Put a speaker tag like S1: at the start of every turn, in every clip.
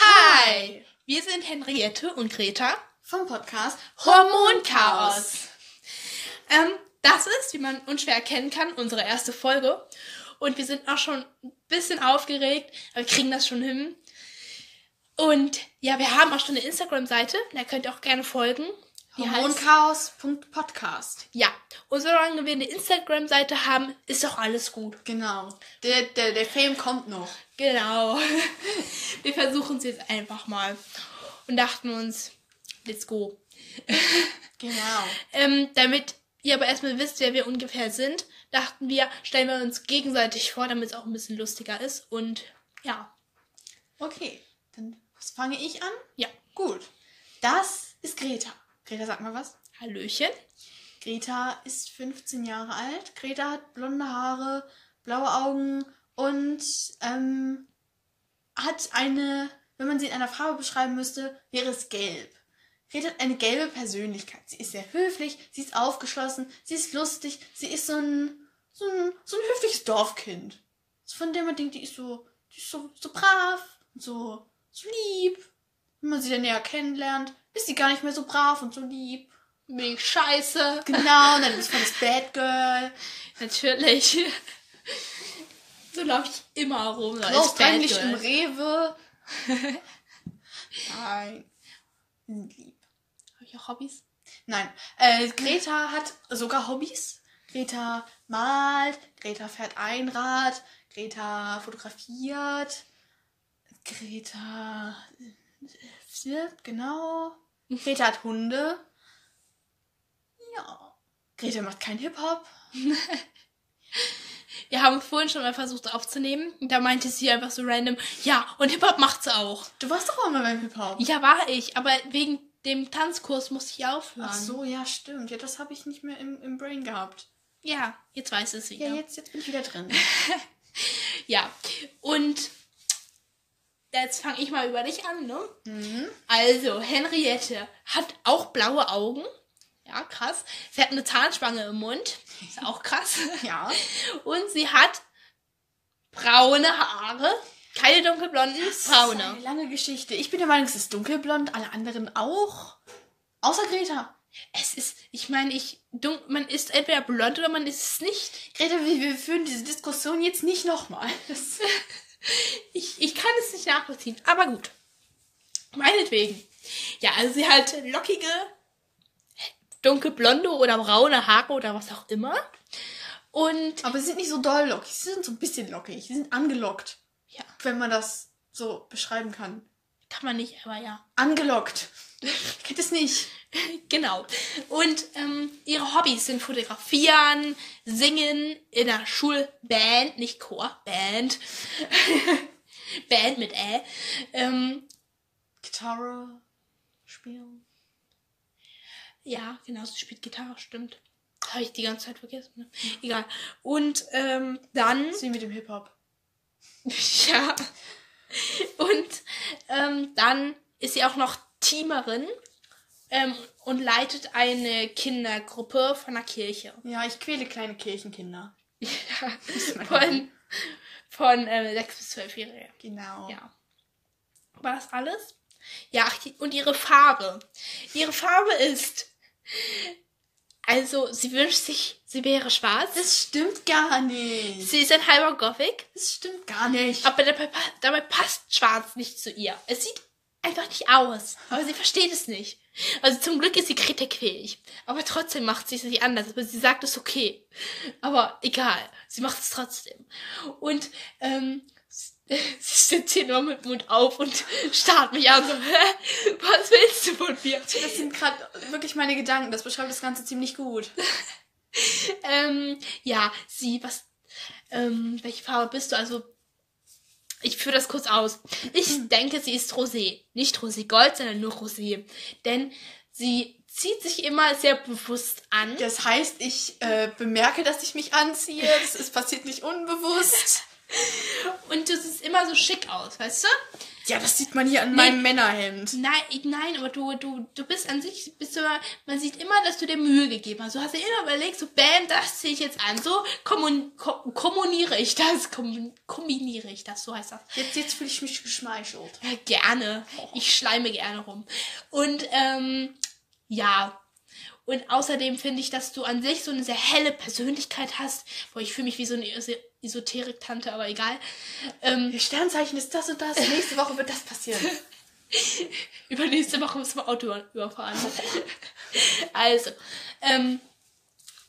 S1: Hi, wir sind Henriette und Greta.
S2: Vom Podcast
S1: Hormonchaos. Ähm, das ist, wie man unschwer erkennen kann, unsere erste Folge. Und wir sind auch schon ein bisschen aufgeregt, aber wir kriegen das schon hin. Und ja, wir haben auch schon eine Instagram-Seite, da könnt ihr auch gerne folgen. Die heißt-
S2: Hormonchaos.podcast.
S1: Ja, und solange wir eine Instagram-Seite haben, ist doch alles gut.
S2: Genau. Der, der, der Fame kommt noch.
S1: Genau. Wir versuchen es jetzt einfach mal. Und dachten uns, let's go.
S2: Genau.
S1: Ähm, damit ihr aber erstmal wisst, wer wir ungefähr sind, dachten wir, stellen wir uns gegenseitig vor, damit es auch ein bisschen lustiger ist. Und ja,
S2: Okay, dann fange ich an.
S1: ja.
S2: Gut. Das ist Greta. Greta, sag mal was.
S1: Hallöchen.
S2: Greta ist 15 Jahre alt. Greta hat blonde Haare, blaue Augen und ähm, hat eine, wenn man sie in einer Farbe beschreiben müsste, wäre es gelb. Greta hat eine gelbe Persönlichkeit. Sie ist sehr höflich, sie ist aufgeschlossen, sie ist lustig, sie ist so ein, so ein, so ein höfliches Dorfkind. Von dem man denkt, die ist so, die ist so, so brav und so, so lieb. Wenn man sie dann näher kennenlernt, ist sie gar nicht mehr so brav und so lieb.
S1: Bin ich scheiße.
S2: Genau, und dann ist man das Bad Girl.
S1: Natürlich. So laufe ich immer rum. so als
S2: Läuft
S1: Bad
S2: eigentlich
S1: Girl.
S2: im Rewe. Nein. Lieb.
S1: Hab ich auch Hobbys?
S2: Nein. Äh, Greta hat sogar Hobbys. Greta malt, Greta fährt Einrad, Greta fotografiert, Greta stirbt, genau. Greta hat Hunde. Ja. Greta macht keinen Hip-Hop.
S1: Wir haben vorhin schon mal versucht aufzunehmen. Und da meinte sie einfach so random, ja, und Hip-Hop macht's auch.
S2: Du warst doch auch mal beim Hip-Hop.
S1: Ja, war ich, aber wegen dem Tanzkurs musste ich aufhören.
S2: Ach so, ja, stimmt. Ja, das habe ich nicht mehr im, im Brain gehabt.
S1: Ja, jetzt weiß es wieder.
S2: Ja, jetzt, jetzt bin ich wieder drin.
S1: Ja, und jetzt fange ich mal über dich an, ne? Also, Henriette hat auch blaue Augen. Ja, krass. Sie hat eine Zahnspange im Mund. Ist auch krass.
S2: ja.
S1: Und sie hat braune Haare. Keine dunkelblonden,
S2: Das ist eine
S1: braune.
S2: lange Geschichte. Ich bin der Meinung, es ist dunkelblond, alle anderen auch. Außer Greta.
S1: Es ist, ich meine, ich, dun- man ist entweder blond oder man ist es nicht.
S2: Greta, wir, wir führen diese Diskussion jetzt nicht nochmal. Das-
S1: Ich, ich kann es nicht nachvollziehen, aber gut. Meinetwegen. Ja, also sie hat lockige, dunkelblonde oder braune Haare oder was auch immer. Und
S2: Aber sie sind nicht so doll lockig. Sie sind so ein bisschen lockig. Sie sind angelockt.
S1: Ja.
S2: Wenn man das so beschreiben kann.
S1: kann man nicht, aber ja.
S2: Angelockt. Ich kennt es nicht.
S1: Genau. Und ähm, ihre Hobbys sind fotografieren, singen, in der Schulband, nicht Chor, Band. Band mit Ä. Ähm,
S2: Gitarre spielen.
S1: Ja, genau, sie spielt Gitarre, stimmt. Habe ich die ganze Zeit vergessen. Ne? Egal. Und ähm, dann,
S2: Sie mit dem Hip-Hop.
S1: ja. Und ähm, dann ist sie auch noch Teamerin ähm, und leitet eine Kindergruppe von der Kirche.
S2: Ja, ich quäle kleine Kirchenkinder.
S1: Von, von ähm, 6 bis 12-Jährige.
S2: Genau.
S1: Ja. War das alles? Ja, ach, die- und ihre Farbe. Ihre Farbe ist. Also, sie wünscht sich, sie wäre schwarz.
S2: Das stimmt gar nicht.
S1: Sie ist ein halber Gothic,
S2: Das stimmt gar nicht.
S1: aber dabei, pa- dabei passt Schwarz nicht zu ihr. Es sieht einfach nicht aus, aber sie versteht es nicht. Also zum Glück ist sie kritikfähig, aber trotzdem macht sie es nicht anders. Aber sie sagt es ist okay, aber egal, sie macht es trotzdem. Und ähm, s- sie sitzt hier nur mit Mund auf und starrt mich an so, hä, was willst du von mir?
S2: Das sind gerade wirklich meine Gedanken. Das beschreibt das Ganze ziemlich gut.
S1: Ähm, ja, sie, was, ähm, welche Farbe bist du? Also, ich führe das kurz aus. Ich denke, sie ist Rosé. Nicht Rosé Gold, sondern nur Rosé. Denn sie zieht sich immer sehr bewusst an.
S2: Das heißt, ich äh, bemerke, dass ich mich anziehe. Das ist, passiert nicht unbewusst.
S1: Und du siehst immer so schick aus, weißt du?
S2: Ja, das sieht man hier an meinem Männerhemd.
S1: Nein, ich- nein, aber du, du, du bist an sich, bist du, man sieht immer, dass du dir Mühe gegeben hast. Du hast dir immer überlegt, so bam, das ziehe ich jetzt an. So kommun, ko, kommuniere ich das, kommun, kombiniere ich das, so heißt das.
S2: Jetzt, jetzt fühle ich mich geschmeichelt.
S1: Ja, gerne. Ich schleime gerne rum. Und ähm, ja. Und außerdem finde ich, dass du an sich so eine sehr helle Persönlichkeit hast. Boah, ich fühle mich wie so eine Es- Esoterik-Tante, aber egal. Ähm,
S2: Ihr Sternzeichen ist das und das. Nächste Woche wird das passieren.
S1: übernächste Woche müssen wir Auto überfahren. also. Ähm,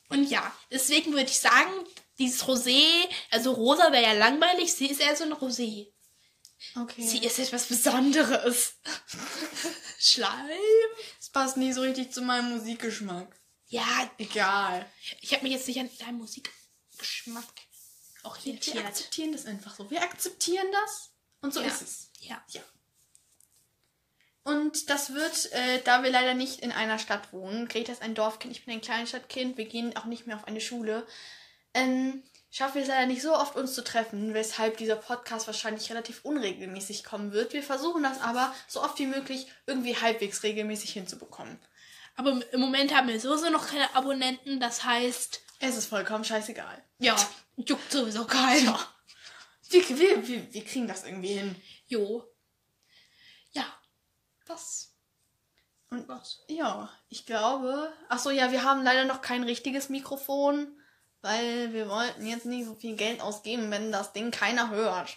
S1: und ja, deswegen würde ich sagen, dieses Rosé, also rosa wäre ja langweilig, sie ist eher so ein Rosé.
S2: Okay.
S1: Sie ist etwas Besonderes. Schleim.
S2: Das passt nie so richtig zu meinem Musikgeschmack.
S1: Ja,
S2: Egal.
S1: ich habe mich jetzt nicht an deinem Musikgeschmack
S2: Wir
S1: orientiert.
S2: akzeptieren das einfach so. Wir akzeptieren das und so
S1: Ja.
S2: ist es.
S1: Ja.
S2: Ja. Und das wird, äh, da wir leider nicht in einer Stadt wohnen, Greta ist ein Dorfkind, ich bin ein Kleinstadtkind, wir gehen auch nicht mehr auf eine Schule, ähm, schaffen wir es leider nicht so oft, uns zu treffen, weshalb dieser Podcast wahrscheinlich relativ unregelmäßig kommen wird. Wir versuchen das aber so oft wie möglich irgendwie halbwegs regelmäßig hinzubekommen.
S1: Aber im Moment haben wir sowieso noch keine Abonnenten. Das heißt,
S2: Es ist vollkommen scheißegal.
S1: ja, juckt sowieso keiner.
S2: Wir, wir, wir, wir kriegen das irgendwie hin.
S1: Jo. Ja. Das
S2: Und
S1: war's.
S2: Ja, ich glaube. Achso, ja, wir haben leider noch kein richtiges Mikrofon, weil wir wollten jetzt nicht so viel Geld ausgeben, wenn das Ding keiner hört.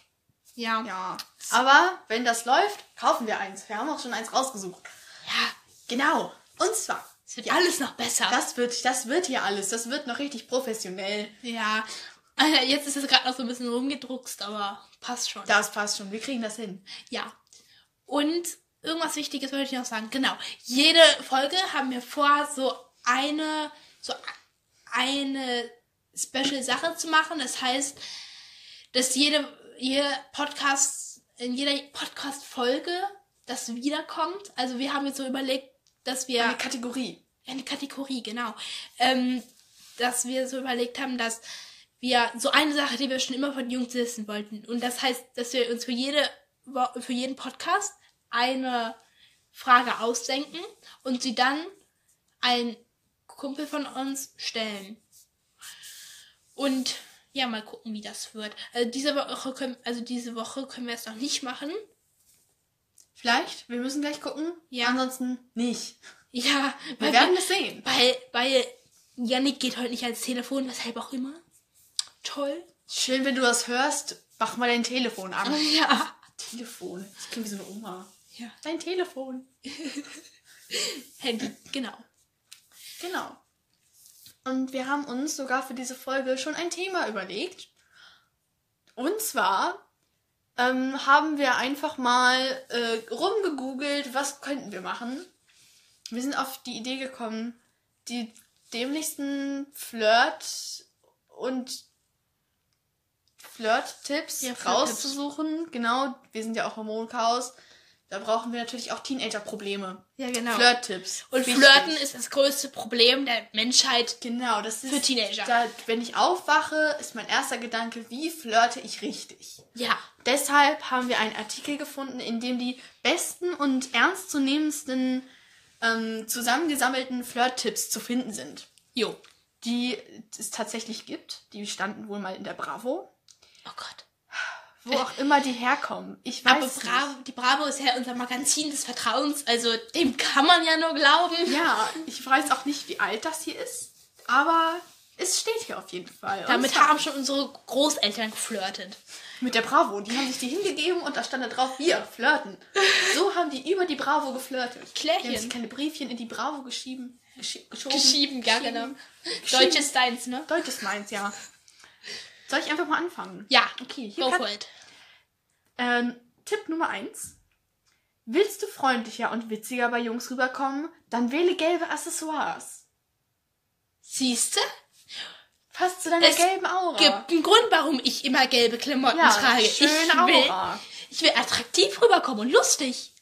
S1: Ja. ja.
S2: Ja. Aber wenn das läuft, kaufen wir eins. Wir haben auch schon eins rausgesucht. Genau. Und zwar.
S1: Es wird alles noch besser.
S2: Das wird, das wird hier alles. Das wird noch richtig professionell.
S1: ja. Äh, Jetzt ist es gerade noch so ein bisschen rumgedruckst, aber passt schon.
S2: Das passt schon. Wir kriegen das hin.
S1: Ja. Und irgendwas Wichtiges wollte ich noch sagen. Genau. Jede Folge haben wir vor, so eine, so eine Special Sache zu machen. Das heißt, dass jede, jede Podcast, in jeder Podcast-Folge das wiederkommt. Also wir haben jetzt so überlegt, dass wir
S2: Eine Kategorie.
S1: eine Kategorie, genau. Ähm, dass wir so überlegt haben, dass wir so eine Sache, die wir schon immer von Jungs wissen wollten. Und das heißt, dass wir uns für, jede, Wo- für jeden Podcast eine Frage ausdenken und sie dann ein Kumpel von uns stellen. Und ja, mal gucken, wie das wird. Also diese Woche können, also diese Woche können wir es noch nicht machen.
S2: Vielleicht. Wir müssen gleich gucken.
S1: Ja.
S2: Ansonsten nicht.
S1: Ja,
S2: Wir werden es sehen.
S1: Weil, weil Yannick geht heute nicht ans Telefon, weshalb auch immer. Toll.
S2: Schön, wenn du das hörst. Mach mal dein Telefon an.
S1: Ja.
S2: Telefon. Das klingt wie so eine Oma.
S1: Ja.
S2: Dein Telefon.
S1: Handy, genau.
S2: Genau. Und wir haben uns sogar für diese Folge schon ein Thema überlegt. Und zwar ähm, haben wir einfach mal äh, rumgegoogelt, was könnten wir machen. Wir sind auf die Idee gekommen, die dämlichsten Flirt- und Flirt-Tipps
S1: Ja, Flirt-Tipps.
S2: rauszusuchen. Genau, wir sind ja auch Hormonchaos. Da brauchen wir natürlich auch Teenager-Probleme.
S1: Ja, genau.
S2: Flirt-Tipps.
S1: Und
S2: Wichtig.
S1: Flirten ist das größte Problem der Menschheit.
S2: Genau, das ist.
S1: Für Teenager.
S2: Da, wenn ich aufwache, ist mein erster Gedanke, wie flirte ich richtig?
S1: Ja.
S2: Deshalb haben wir einen Artikel gefunden, in dem die besten und ernstzunehmendsten ähm, zusammengesammelten Flirt-Tipps zu finden sind.
S1: Jo.
S2: Oh Die es tatsächlich gibt. Die standen wohl mal in der Bravo.
S1: Oh Gott.
S2: Wo auch immer die herkommen. Ich weiß
S1: Aber
S2: es
S1: Bravo, die Bravo ist ja unser Magazin des Vertrauens, also dem kann man ja nur glauben.
S2: nicht. Ja, ich weiß auch nicht, wie alt das hier ist. Aber es steht hier auf jeden Fall. Und
S1: Damit
S2: zwar-
S1: haben schon unsere Großeltern geflirtet.
S2: Mit der Bravo. Die haben sich die hingegeben und da stand da drauf, wir flirten. So haben die über die Bravo geflirtet.
S1: Klärchen.
S2: Die haben sich keine Briefchen in die Bravo geschieben. Geschi geschoben.
S1: Geschieben, ja,
S2: geschieben.
S1: genau.
S2: Geschieben.
S1: Deutsche Steins, ne?
S2: Deutsches meins, ja. Soll ich einfach mal anfangen?
S1: Ja.
S2: Okay, hier
S1: Go
S2: kann-
S1: for it.
S2: Ähm, Tipp Nummer 1. Willst du freundlicher und witziger bei Jungs rüberkommen, dann wähle gelbe Accessoires.
S1: Siehste?
S2: Passt zu deiner
S1: Es
S2: gelben Aura.
S1: Gibt einen Grund, warum ich immer gelbe Klamotten
S2: Oh. ja,
S1: trage.
S2: schöne
S1: ich will
S2: Aura.
S1: Ich will attraktiv rüberkommen und lustig.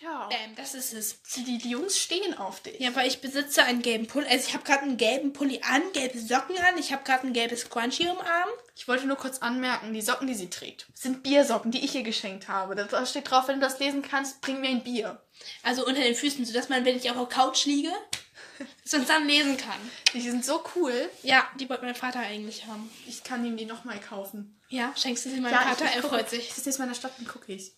S2: Ja, Genau.
S1: Bam, Ähm, das ist es.
S2: Die, die Jungs stehen auf dich.
S1: Ja, weil ich besitze einen gelben Pulli. Also ich habe gerade einen gelben Pulli an, gelbe Socken an. Ich habe gerade ein gelbes Scrunchie im Arm.
S2: Ich wollte nur kurz anmerken, die Socken, die sie trägt, sind Biersocken, die ich ihr geschenkt habe. Da steht drauf, wenn du das lesen kannst, bring mir ein Bier.
S1: Also unter den Füßen, sodass man, wenn ich auf der Couch liege, dass man dann lesen kann.
S2: Die sind so cool.
S1: Ja, die wollte mein Vater eigentlich haben.
S2: Ich kann ihm die nochmal kaufen.
S1: Ja, schenkst du sie meinem Vater?
S2: ich- ich
S1: Er
S2: gucke-
S1: freut sich.
S2: Das ist jetzt mal in der Stadt, dann gucke ich.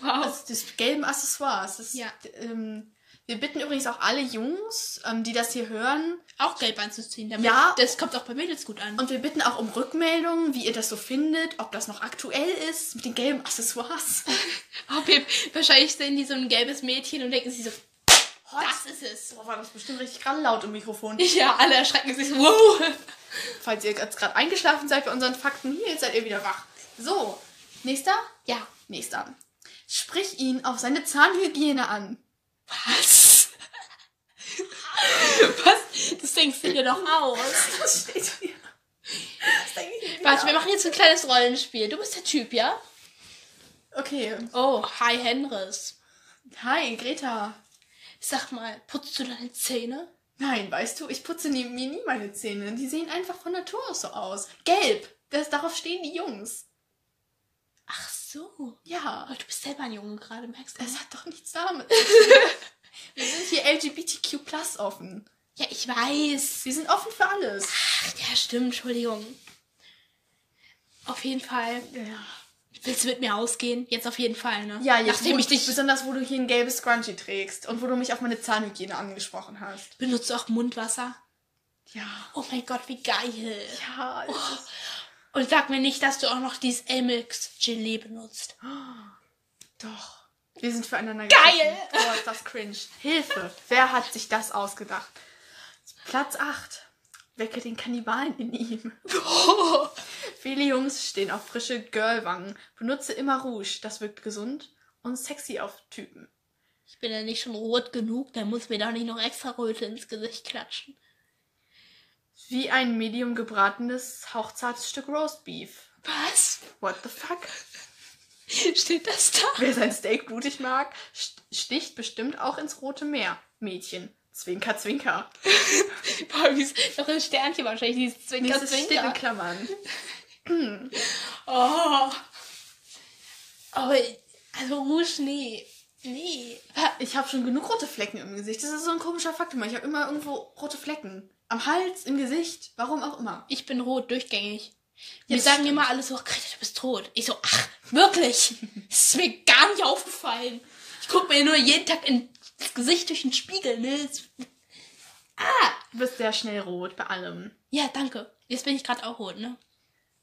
S1: Wow.
S2: Also des gelben Accessoires. Das,
S1: Ja.
S2: Ähm, wir bitten übrigens auch alle Jungs, ähm, die das hier hören,
S1: auch gelb anzuziehen. Damit
S2: Ja.
S1: Das kommt auch bei Mädels gut an.
S2: und wir bitten auch um Rückmeldungen, wie ihr das so findet, ob das noch aktuell ist mit den gelben Accessoires.
S1: Auch wir, wahrscheinlich sehen die so ein gelbes Mädchen und denken sie so, das ist es.
S2: Boah, war das bestimmt richtig gerade laut im Mikrofon.
S1: Ja, alle erschrecken sich so, wow.
S2: Falls ihr jetzt gerade eingeschlafen seid bei unseren Fakten, hier jetzt seid ihr wieder wach. So, nächster,
S1: Ja.
S2: nächster. Sprich ihn auf seine Zahnhygiene an.
S1: Was? Was? Das denkst du dir doch aus.
S2: Das steht hier. Das denke ich mir.
S1: Warte, wir machen jetzt ein kleines Rollenspiel. Du bist der Typ, ja?
S2: Okay.
S1: Oh, hi Henris.
S2: Hi, Greta.
S1: Sag mal, putzt du deine Zähne?
S2: Nein, weißt du, ich putze nie, mir nie meine Zähne. Die sehen einfach von Natur aus so aus. Gelb. Das, darauf stehen die Jungs.
S1: Ach so.
S2: Ja.
S1: Aber du bist selber ein Junge gerade, merkst du?
S2: Das hat doch nichts damit. Wir sind hier LGBTQ plus offen.
S1: Ja, ich weiß.
S2: Wir sind offen für alles.
S1: Ach, ja, stimmt, Entschuldigung. Auf jeden Fall.
S2: Ja,
S1: Willst du mit mir ausgehen? Jetzt auf jeden Fall, ne?
S2: ja jetzt
S1: Nachdem
S2: wo,
S1: ich dich
S2: besonders, wo du hier ein gelbes Scrunchie trägst und wo du mich auf meine Zahnhygiene angesprochen hast.
S1: benutzt auch Mundwasser.
S2: Ja.
S1: Oh mein Gott, wie geil.
S2: Ja. es
S1: Oh.
S2: ist-
S1: Und sag mir nicht, dass du auch noch dieses Elmex Gelee benutzt.
S2: Doch. Wir sind füreinander
S1: Geil!
S2: geschaffen. Boah, ist das cringe. Hilfe. Wer hat sich das ausgedacht? Platz 8. Wecke den Kannibalen in ihm. Viele Jungs stehen auf frische Girlwangen. Benutze immer Rouge. Das wirkt gesund und sexy auf Typen.
S1: Ich bin ja nicht schon rot genug, dann muss mir doch nicht noch extra Röte ins Gesicht klatschen.
S2: Wie ein medium gebratenes, hauchzartes Stück Roastbeef.
S1: Was?
S2: What the fuck?
S1: Steht das da?
S2: Wer sein Steak blutig mag, st- sticht bestimmt auch ins Rote Meer. Mädchen. Zwinker, zwinker.
S1: Boah, wie ist doch ein Sternchen wahrscheinlich, dieses Zwinker,
S2: Nächstes steht in
S1: Zwinker.
S2: Klammern.
S1: Oh. Aber, also Rouge, nee. Nee.
S2: Ich habe schon genug rote Flecken im Gesicht. Das ist so ein komischer Fakt immer. Ich habe immer irgendwo rote Flecken. Am Hals, im Gesicht, warum auch immer.
S1: Ich bin rot, durchgängig.
S2: Ja,
S1: Wir
S2: das
S1: sagen
S2: stimmt.
S1: immer alles so, ach, Greta, du bist rot. Ich so, ach, wirklich? Das ist mir gar nicht aufgefallen. Ich guck mir nur jeden Tag ins Gesicht durch den Spiegel, ne? Das-
S2: Du bist sehr schnell rot bei allem.
S1: Ja, danke. Jetzt bin ich gerade auch rot, ne?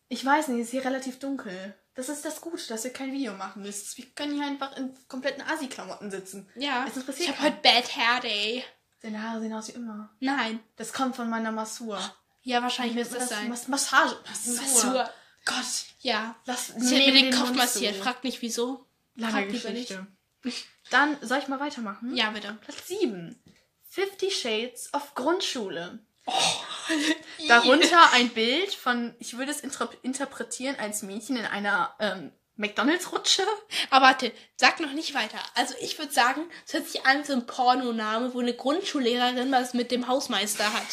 S2: Ich weiß nicht, es ist hier relativ dunkel. Das ist das Gute, dass wir kein Video machen müssen. Wir können hier einfach in kompletten Asi-Klamotten sitzen.
S1: Ja.
S2: Es interessiert
S1: Ich habe
S2: keinen.
S1: heute Bad Hair Day.
S2: Deine Haare sehen aus wie immer.
S1: Nein.
S2: Das kommt von meiner Massur.
S1: Ja, wahrscheinlich wird es
S2: Das
S1: das sein.
S2: Mas Massage. Massur.
S1: Massur.
S2: Gott.
S1: Ja.
S2: Lass
S1: Ich hätte mir
S2: nehmen
S1: den Kopf
S2: Mund
S1: massiert.
S2: zu.
S1: Frag nicht wieso.
S2: Lange
S1: frag lieber
S2: Geschichte. Dann soll ich mal weitermachen?
S1: Ja, bitte.
S2: Platz 7. Fifty Shades of Grundschule. Darunter ein Bild von, ich würde es intra- interpretieren als Mädchen in einer ähm, McDonalds-Rutsche.
S1: Aber warte, sag noch nicht weiter. Also ich würde sagen, es hört sich an wie so ein Pornoname, wo eine Grundschullehrerin was mit dem Hausmeister hat.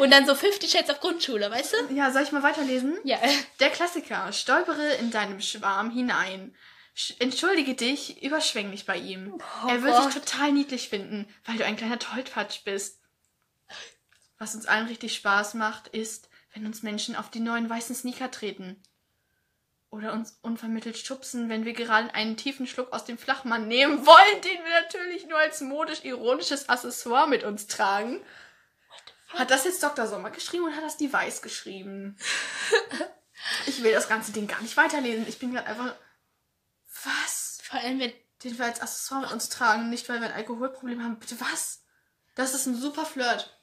S1: Und dann so 50 Shades auf Grundschule, weißt du?
S2: Ja, soll ich mal weiterlesen?
S1: Ja.
S2: Der Klassiker. Stolpere in deinem Schwarm hinein. Sch entschuldige dich überschwänglich bei ihm. er wird
S1: Gott.
S2: dich total niedlich finden, weil du ein kleiner Tollpatsch bist. Was uns allen richtig Spaß macht, ist, wenn uns Menschen auf die neuen weißen Sneaker treten. Oder uns unvermittelt schubsen, wenn wir gerade einen tiefen Schluck aus dem Flachmann nehmen wollen, den wir natürlich nur als modisch-ironisches Accessoire mit uns tragen. Hat das jetzt Dr. Sommer geschrieben oder hat das die Weiß geschrieben? Ich will das ganze Ding gar nicht weiterlesen. Ich bin gerade einfach. Was?
S1: Vor allem, wenn...
S2: Den wir als Accessoire mit uns tragen, nicht weil wir ein Alkoholproblem haben. Bitte was? Das ist ein super Flirt.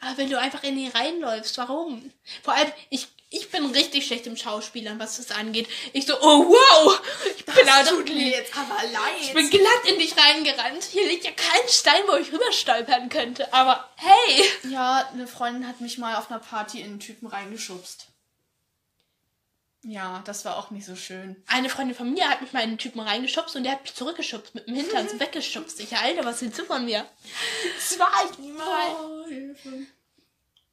S1: Aber wenn du einfach in die reinläufst, warum? Vor allem, ich, ich bin richtig schlecht im Schauspielern, was das angeht. Ich so, oh wow! Ich bin da
S2: jetzt aber leid.
S1: Ich bin glatt in dich reingerannt. Hier liegt ja kein Stein, wo ich rüberstolpern könnte. Aber hey!
S2: ja, eine Freundin hat mich mal auf einer Party in einen Typen reingeschubst. Ja, das war auch nicht so schön.
S1: Eine Freundin von mir hat mich mal in den Typen reingeschubst und der hat mich zurückgeschubst mit dem Hintern, so weggeschubst. Ich, Alter, was willst du von mir? Zweimal.
S2: Oh, Hilfe.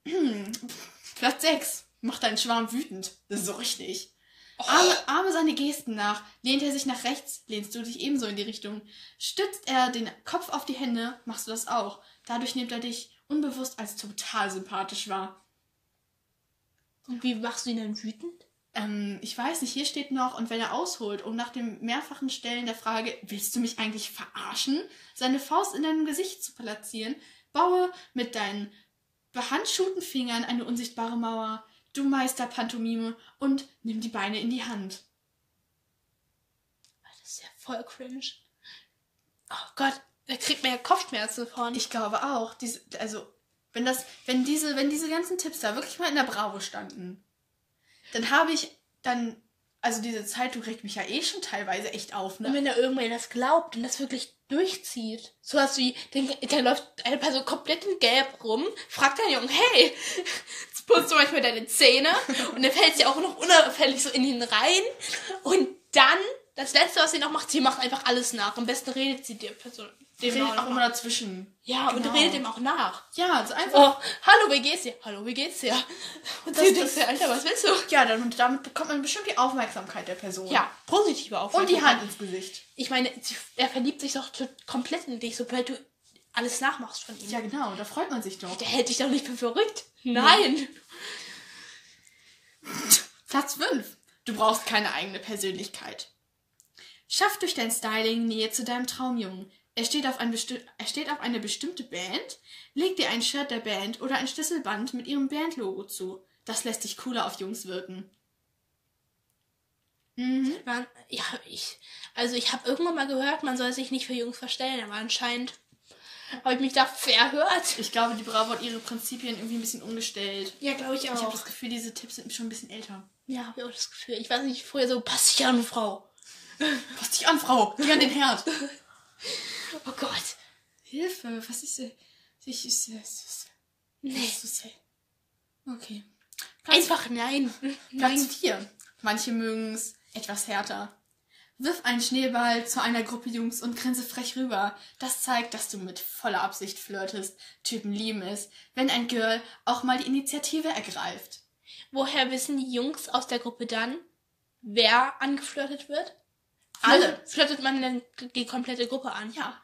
S2: Platz 6. Macht deinen Schwarm wütend. Das ist so richtig. Arme, arme seine Gesten nach. Lehnt er sich nach rechts, lehnst du dich ebenso in die Richtung. Stützt er den Kopf auf die Hände, machst du das auch. Dadurch nimmt er dich unbewusst als total sympathisch wahr.
S1: Und wie machst du ihn dann wütend?
S2: Ähm, ich weiß nicht, hier steht noch, und wenn er ausholt, um nach dem mehrfachen Stellen der Frage, willst du mich eigentlich verarschen, seine Faust in deinem Gesicht zu platzieren, baue mit deinen behandschuhten Fingern eine unsichtbare Mauer, du Meister Pantomime, und nimm die Beine in die Hand.
S1: Das ist ja voll cringe. Oh Gott, da kriegt man ja Kopfschmerzen von.
S2: Ich glaube auch, diese, also, wenn das, wenn diese, wenn diese ganzen Tipps da wirklich mal in der Bravo standen, dann habe ich dann, also diese Zeitung regt mich ja eh schon teilweise echt auf,
S1: Und
S2: ne?
S1: wenn da irgendwer das glaubt und das wirklich durchzieht, sowas wie, dann, dann läuft eine Person komplett in Gelb rum, fragt den Jungen, hey, jetzt putzt du manchmal deine Zähne und dann fällt sie auch noch unauffällig so in ihn rein und dann, das Letzte, was sie noch macht, sie macht einfach alles nach. Am besten redet sie der Person. Dem
S2: Dem redet
S1: auch noch
S2: auch immer dazwischen.
S1: Ja,
S2: Genau.
S1: und redet ihm auch nach.
S2: Ja, so einfach.
S1: Oh, hallo, wie geht's dir? Hallo, wie geht's dir? Und
S2: Das-
S1: sie denkt
S2: das-
S1: sich, Alter, was willst du?
S2: Ja, dann, und damit bekommt man bestimmt die Aufmerksamkeit der Person.
S1: Ja, positive
S2: Und
S1: Aufmerksamkeit.
S2: die Hand ins Gesicht.
S1: Ich meine, sie- er verliebt sich doch to- komplett in dich, sobald du alles nachmachst von ihm.
S2: Ja, genau, da freut man sich doch.
S1: Der hält dich doch nicht für verrückt. Nein.
S2: Platz 5. Du brauchst keine eigene Persönlichkeit. Schaff durch dein Styling Nähe zu deinem Traumjungen. Er steht, auf ein besti- er steht auf eine bestimmte Band, leg dir ein Shirt der Band oder ein Schlüsselband mit ihrem Bandlogo zu. Das lässt dich cooler auf Jungs wirken. Mhm.
S1: Man, ja, ich, also ich habe irgendwann mal gehört, man soll sich nicht für Jungs verstellen, aber anscheinend habe ich mich da verhört.
S2: Ich glaube, die Bravo hat ihre Prinzipien irgendwie ein bisschen umgestellt.
S1: Ja, glaube ich
S2: Ich habe
S1: auch.
S2: das Gefühl, diese Tipps sind schon ein bisschen älter.
S1: ja, habe ich auch das Gefühl. Ich weiß nicht, früher so, pass dich an, Frau.
S2: Pass dich an, Frau! Geh an den Herd!
S1: Oh Gott.
S2: Hilfe, was ist das? Ich ist das.
S1: Nee.
S2: Okay.
S1: Einfach nein.
S2: Platz 4. Manche mögen es etwas härter. Wirf einen Schneeball zu einer Gruppe Jungs und grinse frech rüber. Das zeigt, dass du mit voller Absicht flirtest. Typen lieben es, wenn ein Girl auch mal die Initiative ergreift.
S1: Woher wissen die Jungs aus der Gruppe dann, wer angeflirtet wird?
S2: Alle.
S1: Flirtet man dann die komplette Gruppe an?
S2: Ja.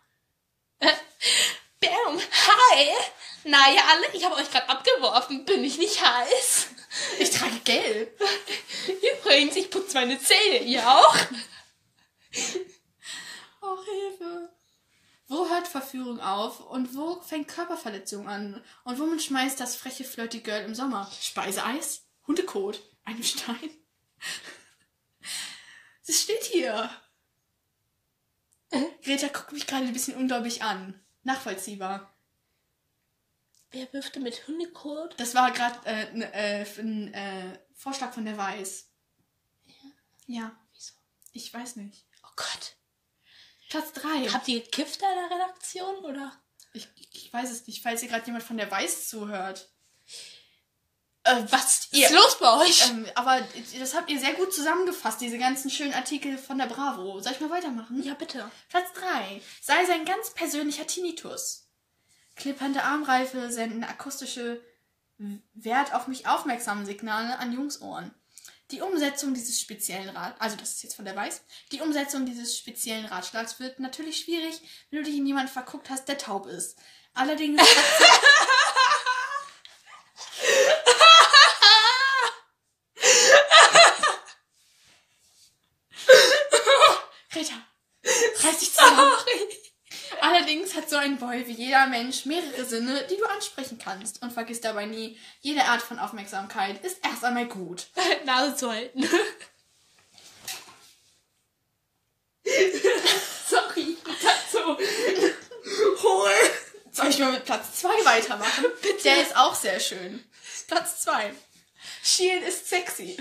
S1: Bam! Hi! Na ja, alle, ich habe euch gerade abgeworfen. Bin ich nicht heiß?
S2: Ich trage gelb.
S1: Übrigens, ich putze meine Zähne. Ihr auch?
S2: Oh, Hilfe. Wo hört Verführung auf und wo fängt Körperverletzung an? Und womit schmeißt das freche Flirty Girl im Sommer? Speiseeis? Hundekot? Einem Stein? Das steht hier. Äh, Greta guckt mich gerade ein bisschen ungläubig an. Nachvollziehbar.
S1: Wer wirft denn mit Hundekot?
S2: Das war gerade äh, n- äh, f- ein äh, Vorschlag von der Weiß. Ja.
S1: Wieso?
S2: Ich weiß nicht.
S1: Oh Gott.
S2: Platz 3.
S1: Habt ihr gekifft da in der Redaktion, oder?
S2: Ich, ich weiß es nicht, falls ihr gerade jemand von der Weiß zuhört.
S1: Äh, was ist
S2: ihr-
S1: los bei euch?
S2: Ähm, aber das habt ihr sehr gut zusammengefasst, diese ganzen schönen Artikel von der Bravo. Soll ich mal weitermachen?
S1: ja, bitte.
S2: Platz 3. Sei sein ganz persönlicher Tinnitus. Klippernde Armreife senden akustische Wert auf mich aufmerksamen Signale an Jungsohren. Die Umsetzung dieses speziellen Rat, also das ist jetzt von der Weiß, die Umsetzung dieses speziellen Ratschlags wird natürlich schwierig, wenn du dich in jemanden verguckt hast, der taub ist. Allerdings Greta, reiß dich zusammen. Allerdings hat so ein Boy wie jeder Mensch mehrere Sinne, die du ansprechen kannst. Und vergiss dabei nie, jede Art von Aufmerksamkeit ist erst einmal gut.
S1: Nase zu halten.
S2: Sorry.
S1: so. Hol.
S2: Soll ich mal mit Platz 2 weitermachen? Bitte. Der ist auch sehr schön. Platz 2. Schielen ist sexy.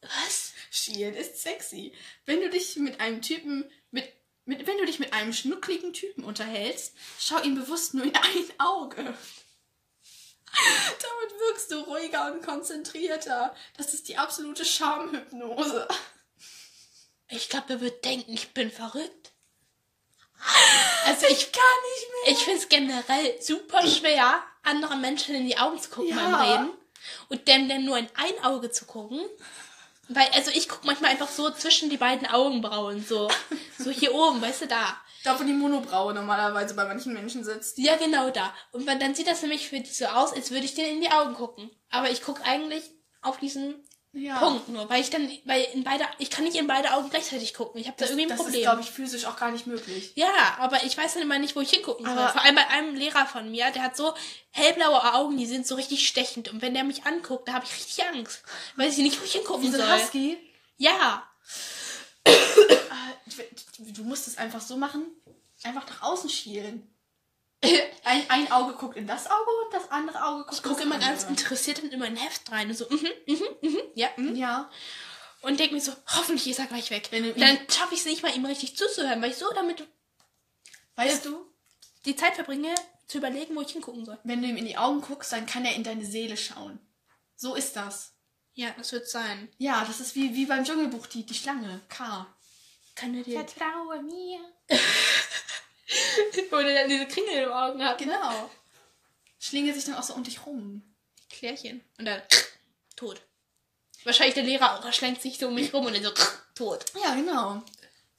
S1: Was?
S2: Schielen ist sexy. Wenn du dich mit einem Typen, mit, mit, wenn du dich mit einem schnuckligen Typen unterhältst, schau ihm bewusst nur in ein Auge. Damit wirkst du ruhiger und konzentrierter. Das ist die absolute Schamhypnose.
S1: Ich glaube, er wird denken, ich bin verrückt.
S2: Also ich kann nicht mehr.
S1: Ich finde es generell super schwer, anderen Menschen in die Augen zu gucken
S2: Ja.
S1: beim Reden. Und dem dann nur in ein Auge zu gucken. Weil, also ich gucke manchmal einfach so zwischen die beiden Augenbrauen, so. So hier oben, weißt du, da.
S2: Da, wo die Monobraue normalerweise bei manchen Menschen sitzt.
S1: Ja, genau da. Und man, dann sieht das nämlich für dich so aus, als würde ich dir in die Augen gucken. Aber ich gucke eigentlich auf diesen
S2: Ja.
S1: Punkt nur, weil ich dann, weil in beide, ich kann nicht in beide Augen gleichzeitig gucken. Ich habe da
S2: Das,
S1: irgendwie ein
S2: das ist,
S1: Problem.
S2: glaube ich, physisch auch gar nicht möglich.
S1: Ja, aber ich weiß dann immer nicht, wo ich hingucken soll.
S2: Aber-
S1: Vor allem bei einem Lehrer von mir, der hat so hellblaue Augen, die sind so richtig stechend. Und wenn der mich anguckt, da habe ich richtig Angst. Weiß ich nicht, wo ich hingucken
S2: Diese
S1: soll.
S2: Husky,
S1: Ja.
S2: äh, du musst es einfach so machen, einfach nach außen schielen. Ein, ein Auge guckt in das Auge und das andere Auge guckt
S1: Ich gucke
S2: ins
S1: immer ganz
S2: andere.
S1: interessiert und immer in ein Heft rein und so, mhm, mhm, mhm, ja, mhm.
S2: Ja.
S1: Und denke mir so, hoffentlich ist er gleich weg.
S2: Wenn du ihn-
S1: Dann schaffe ich es nicht mal, ihm richtig zuzuhören, weil ich so damit
S2: Weißt du,
S1: die Zeit verbringe, zu überlegen, wo ich hingucken soll.
S2: wenn du ihm in die Augen guckst, dann kann er in deine Seele schauen. So ist das.
S1: Ja, das wird sein.
S2: Ja, das ist wie, wie beim Dschungelbuch, die, die Schlange. K.
S1: Kann er dir...
S2: Vertraue mir.
S1: Wo der dann diese Kringel im Augen hat.
S2: Genau. Schlinge sich dann auch so um dich rum.
S1: Klärchen. Und dann tot. Wahrscheinlich der Lehrer auch. Er schlängt sich so um mich rum und dann so tot.
S2: Ja, genau.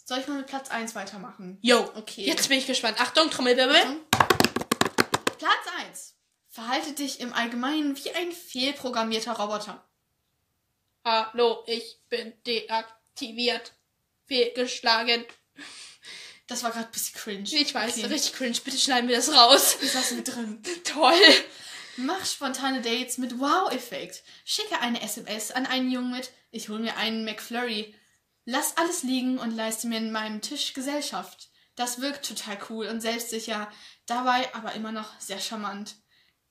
S2: Soll ich mal mit Platz 1 weitermachen?
S1: Yo,
S2: Okay.
S1: Jetzt bin ich gespannt. Achtung, Trommelwirbel.
S2: Platz 1. Verhalte dich im Allgemeinen wie ein fehlprogrammierter Roboter.
S1: Hallo, ich bin deaktiviert. Fehlgeschlagen.
S2: Das war gerade ein bisschen cringe.
S1: Ich weiß,
S2: okay.
S1: richtig cringe. Bitte schneiden wir das raus.
S2: Das lassen wir drin.
S1: Toll.
S2: Mach spontane Dates mit Wow-Effekt. Schicke eine SMS an einen Jungen mit Ich hol mir einen McFlurry. Lass alles liegen und leiste mir in meinem Tisch Gesellschaft. Das wirkt total cool und selbstsicher, dabei aber immer noch sehr charmant.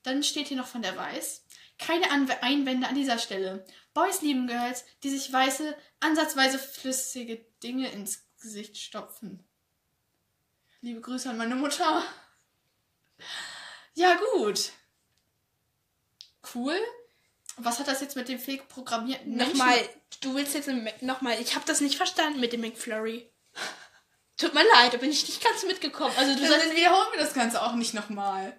S2: Dann steht hier noch von der Weiß. Keine Anw Einwände an dieser Stelle. Boys lieben Girls, die sich weiße, ansatzweise flüssige Dinge ins Gesicht stopfen. Liebe Grüße an meine Mutter. Ja, gut. Cool. Was hat das jetzt mit dem fake programmierten Menschen-
S1: Nochmal, du willst jetzt im- nochmal. Ich habe das nicht verstanden mit dem McFlurry. Tut mir leid, da bin ich nicht ganz mitgekommen. Also du
S2: Dann
S1: sagst,
S2: wiederholen wir das Ganze auch nicht nochmal.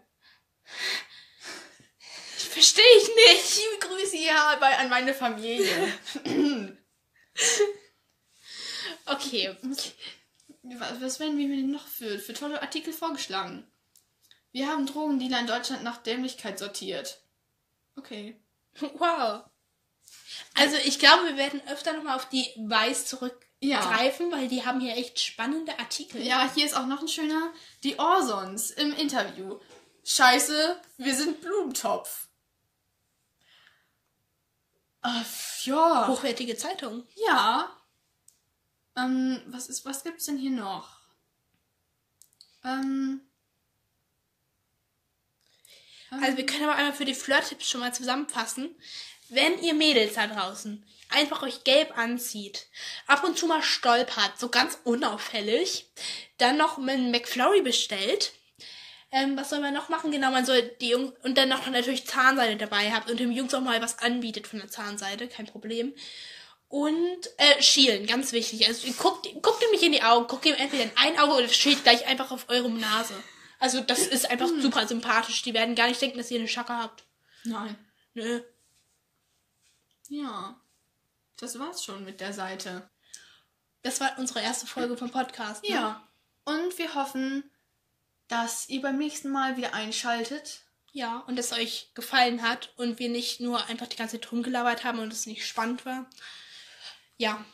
S1: verstehe ich nicht.
S2: Liebe Grüße ja bei, an meine Familie.
S1: Okay.
S2: Was was werden wir mir denn noch für, für tolle Artikel vorgeschlagen? Wir haben Drogendealer in Deutschland nach Dämlichkeit sortiert. Okay.
S1: Wow. Also ich glaube, wir werden öfter nochmal auf die Weiß zurückgreifen, weil die haben hier echt spannende Artikel.
S2: Ja, hier ist auch noch ein schöner. Die Orsons im Interview. Scheiße, wir sind Blumentopf. Ah, ja.
S1: Hochwertige Zeitung.
S2: Ja. Ähm, was ist, was gibt's denn hier noch? Ähm,
S1: Also wir können aber einmal für die Flirt-Tipps schon mal zusammenfassen. Wenn ihr Mädels da draußen einfach euch gelb anzieht, ab und zu mal stolpert, so ganz unauffällig, dann noch einen McFlurry bestellt, ähm, was soll man noch machen? Genau, man soll die Jungs und dann noch natürlich Zahnseide dabei habt und dem Jungs auch mal was anbietet von der Zahnseide, kein Problem. Und äh, schielen, ganz wichtig. Also ihr guckt, guckt ihm nicht in die Augen, guckt ihm entweder in ein Auge oder schielt gleich einfach auf eure Nase. Also das ist einfach
S2: Hm.
S1: super sympathisch. Die werden gar nicht denken, dass ihr eine Schacke habt.
S2: nein.
S1: Nö.
S2: Ja. Das war's schon mit der Seite.
S1: Das war unsere erste Folge vom Podcast. Ne?
S2: Ja. Und wir hoffen, dass ihr beim nächsten Mal wieder einschaltet.
S1: Ja, und es euch gefallen hat und wir nicht nur einfach die ganze Zeit rumgelabert haben und es nicht spannend war. Ja,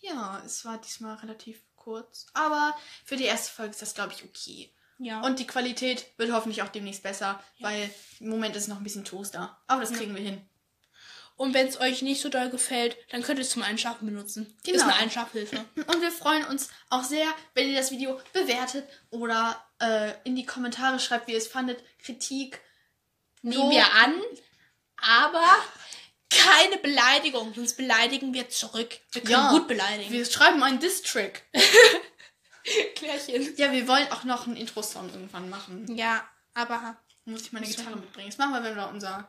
S2: Ja, es war diesmal relativ kurz. Aber für die erste Folge ist das, glaube ich, okay.
S1: ja.
S2: Und die Qualität wird hoffentlich auch demnächst besser, weil im Moment ist es noch ein bisschen Toaster. Aber das kriegen wir hin.
S1: Und wenn es euch nicht so doll gefällt, dann könnt ihr es zum Einschlafen benutzen.
S2: Genau.
S1: Ist eine Einschlafhilfe.
S2: Und wir freuen uns auch sehr, wenn ihr das Video bewertet oder äh, in die Kommentare schreibt, wie ihr es fandet. Kritik.
S1: Nehmen wir an, aber keine Beleidigung, sonst beleidigen wir zurück. Wir können
S2: Ja.
S1: gut beleidigen.
S2: Wir schreiben einen Diss-Track.
S1: Klärchen.
S2: Ja, wir wollen auch noch einen Intro-Song irgendwann machen.
S1: Ja, aber
S2: Muss ich meine
S1: Muss
S2: Gitarre
S1: man-
S2: mitbringen. Das machen wir, wenn wir unser,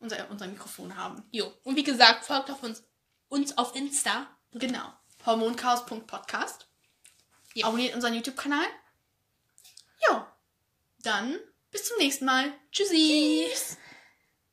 S2: unser, unser Mikrofon haben.
S1: Jo. Und wie gesagt, folgt auf uns, uns auf Insta.
S2: Genau. Hormonchaos.podcast.
S1: Ja.
S2: Abonniert unseren YouTube-Kanal. Ja. Dann bis zum nächsten Mal.
S1: Tschüssi. Tschüss.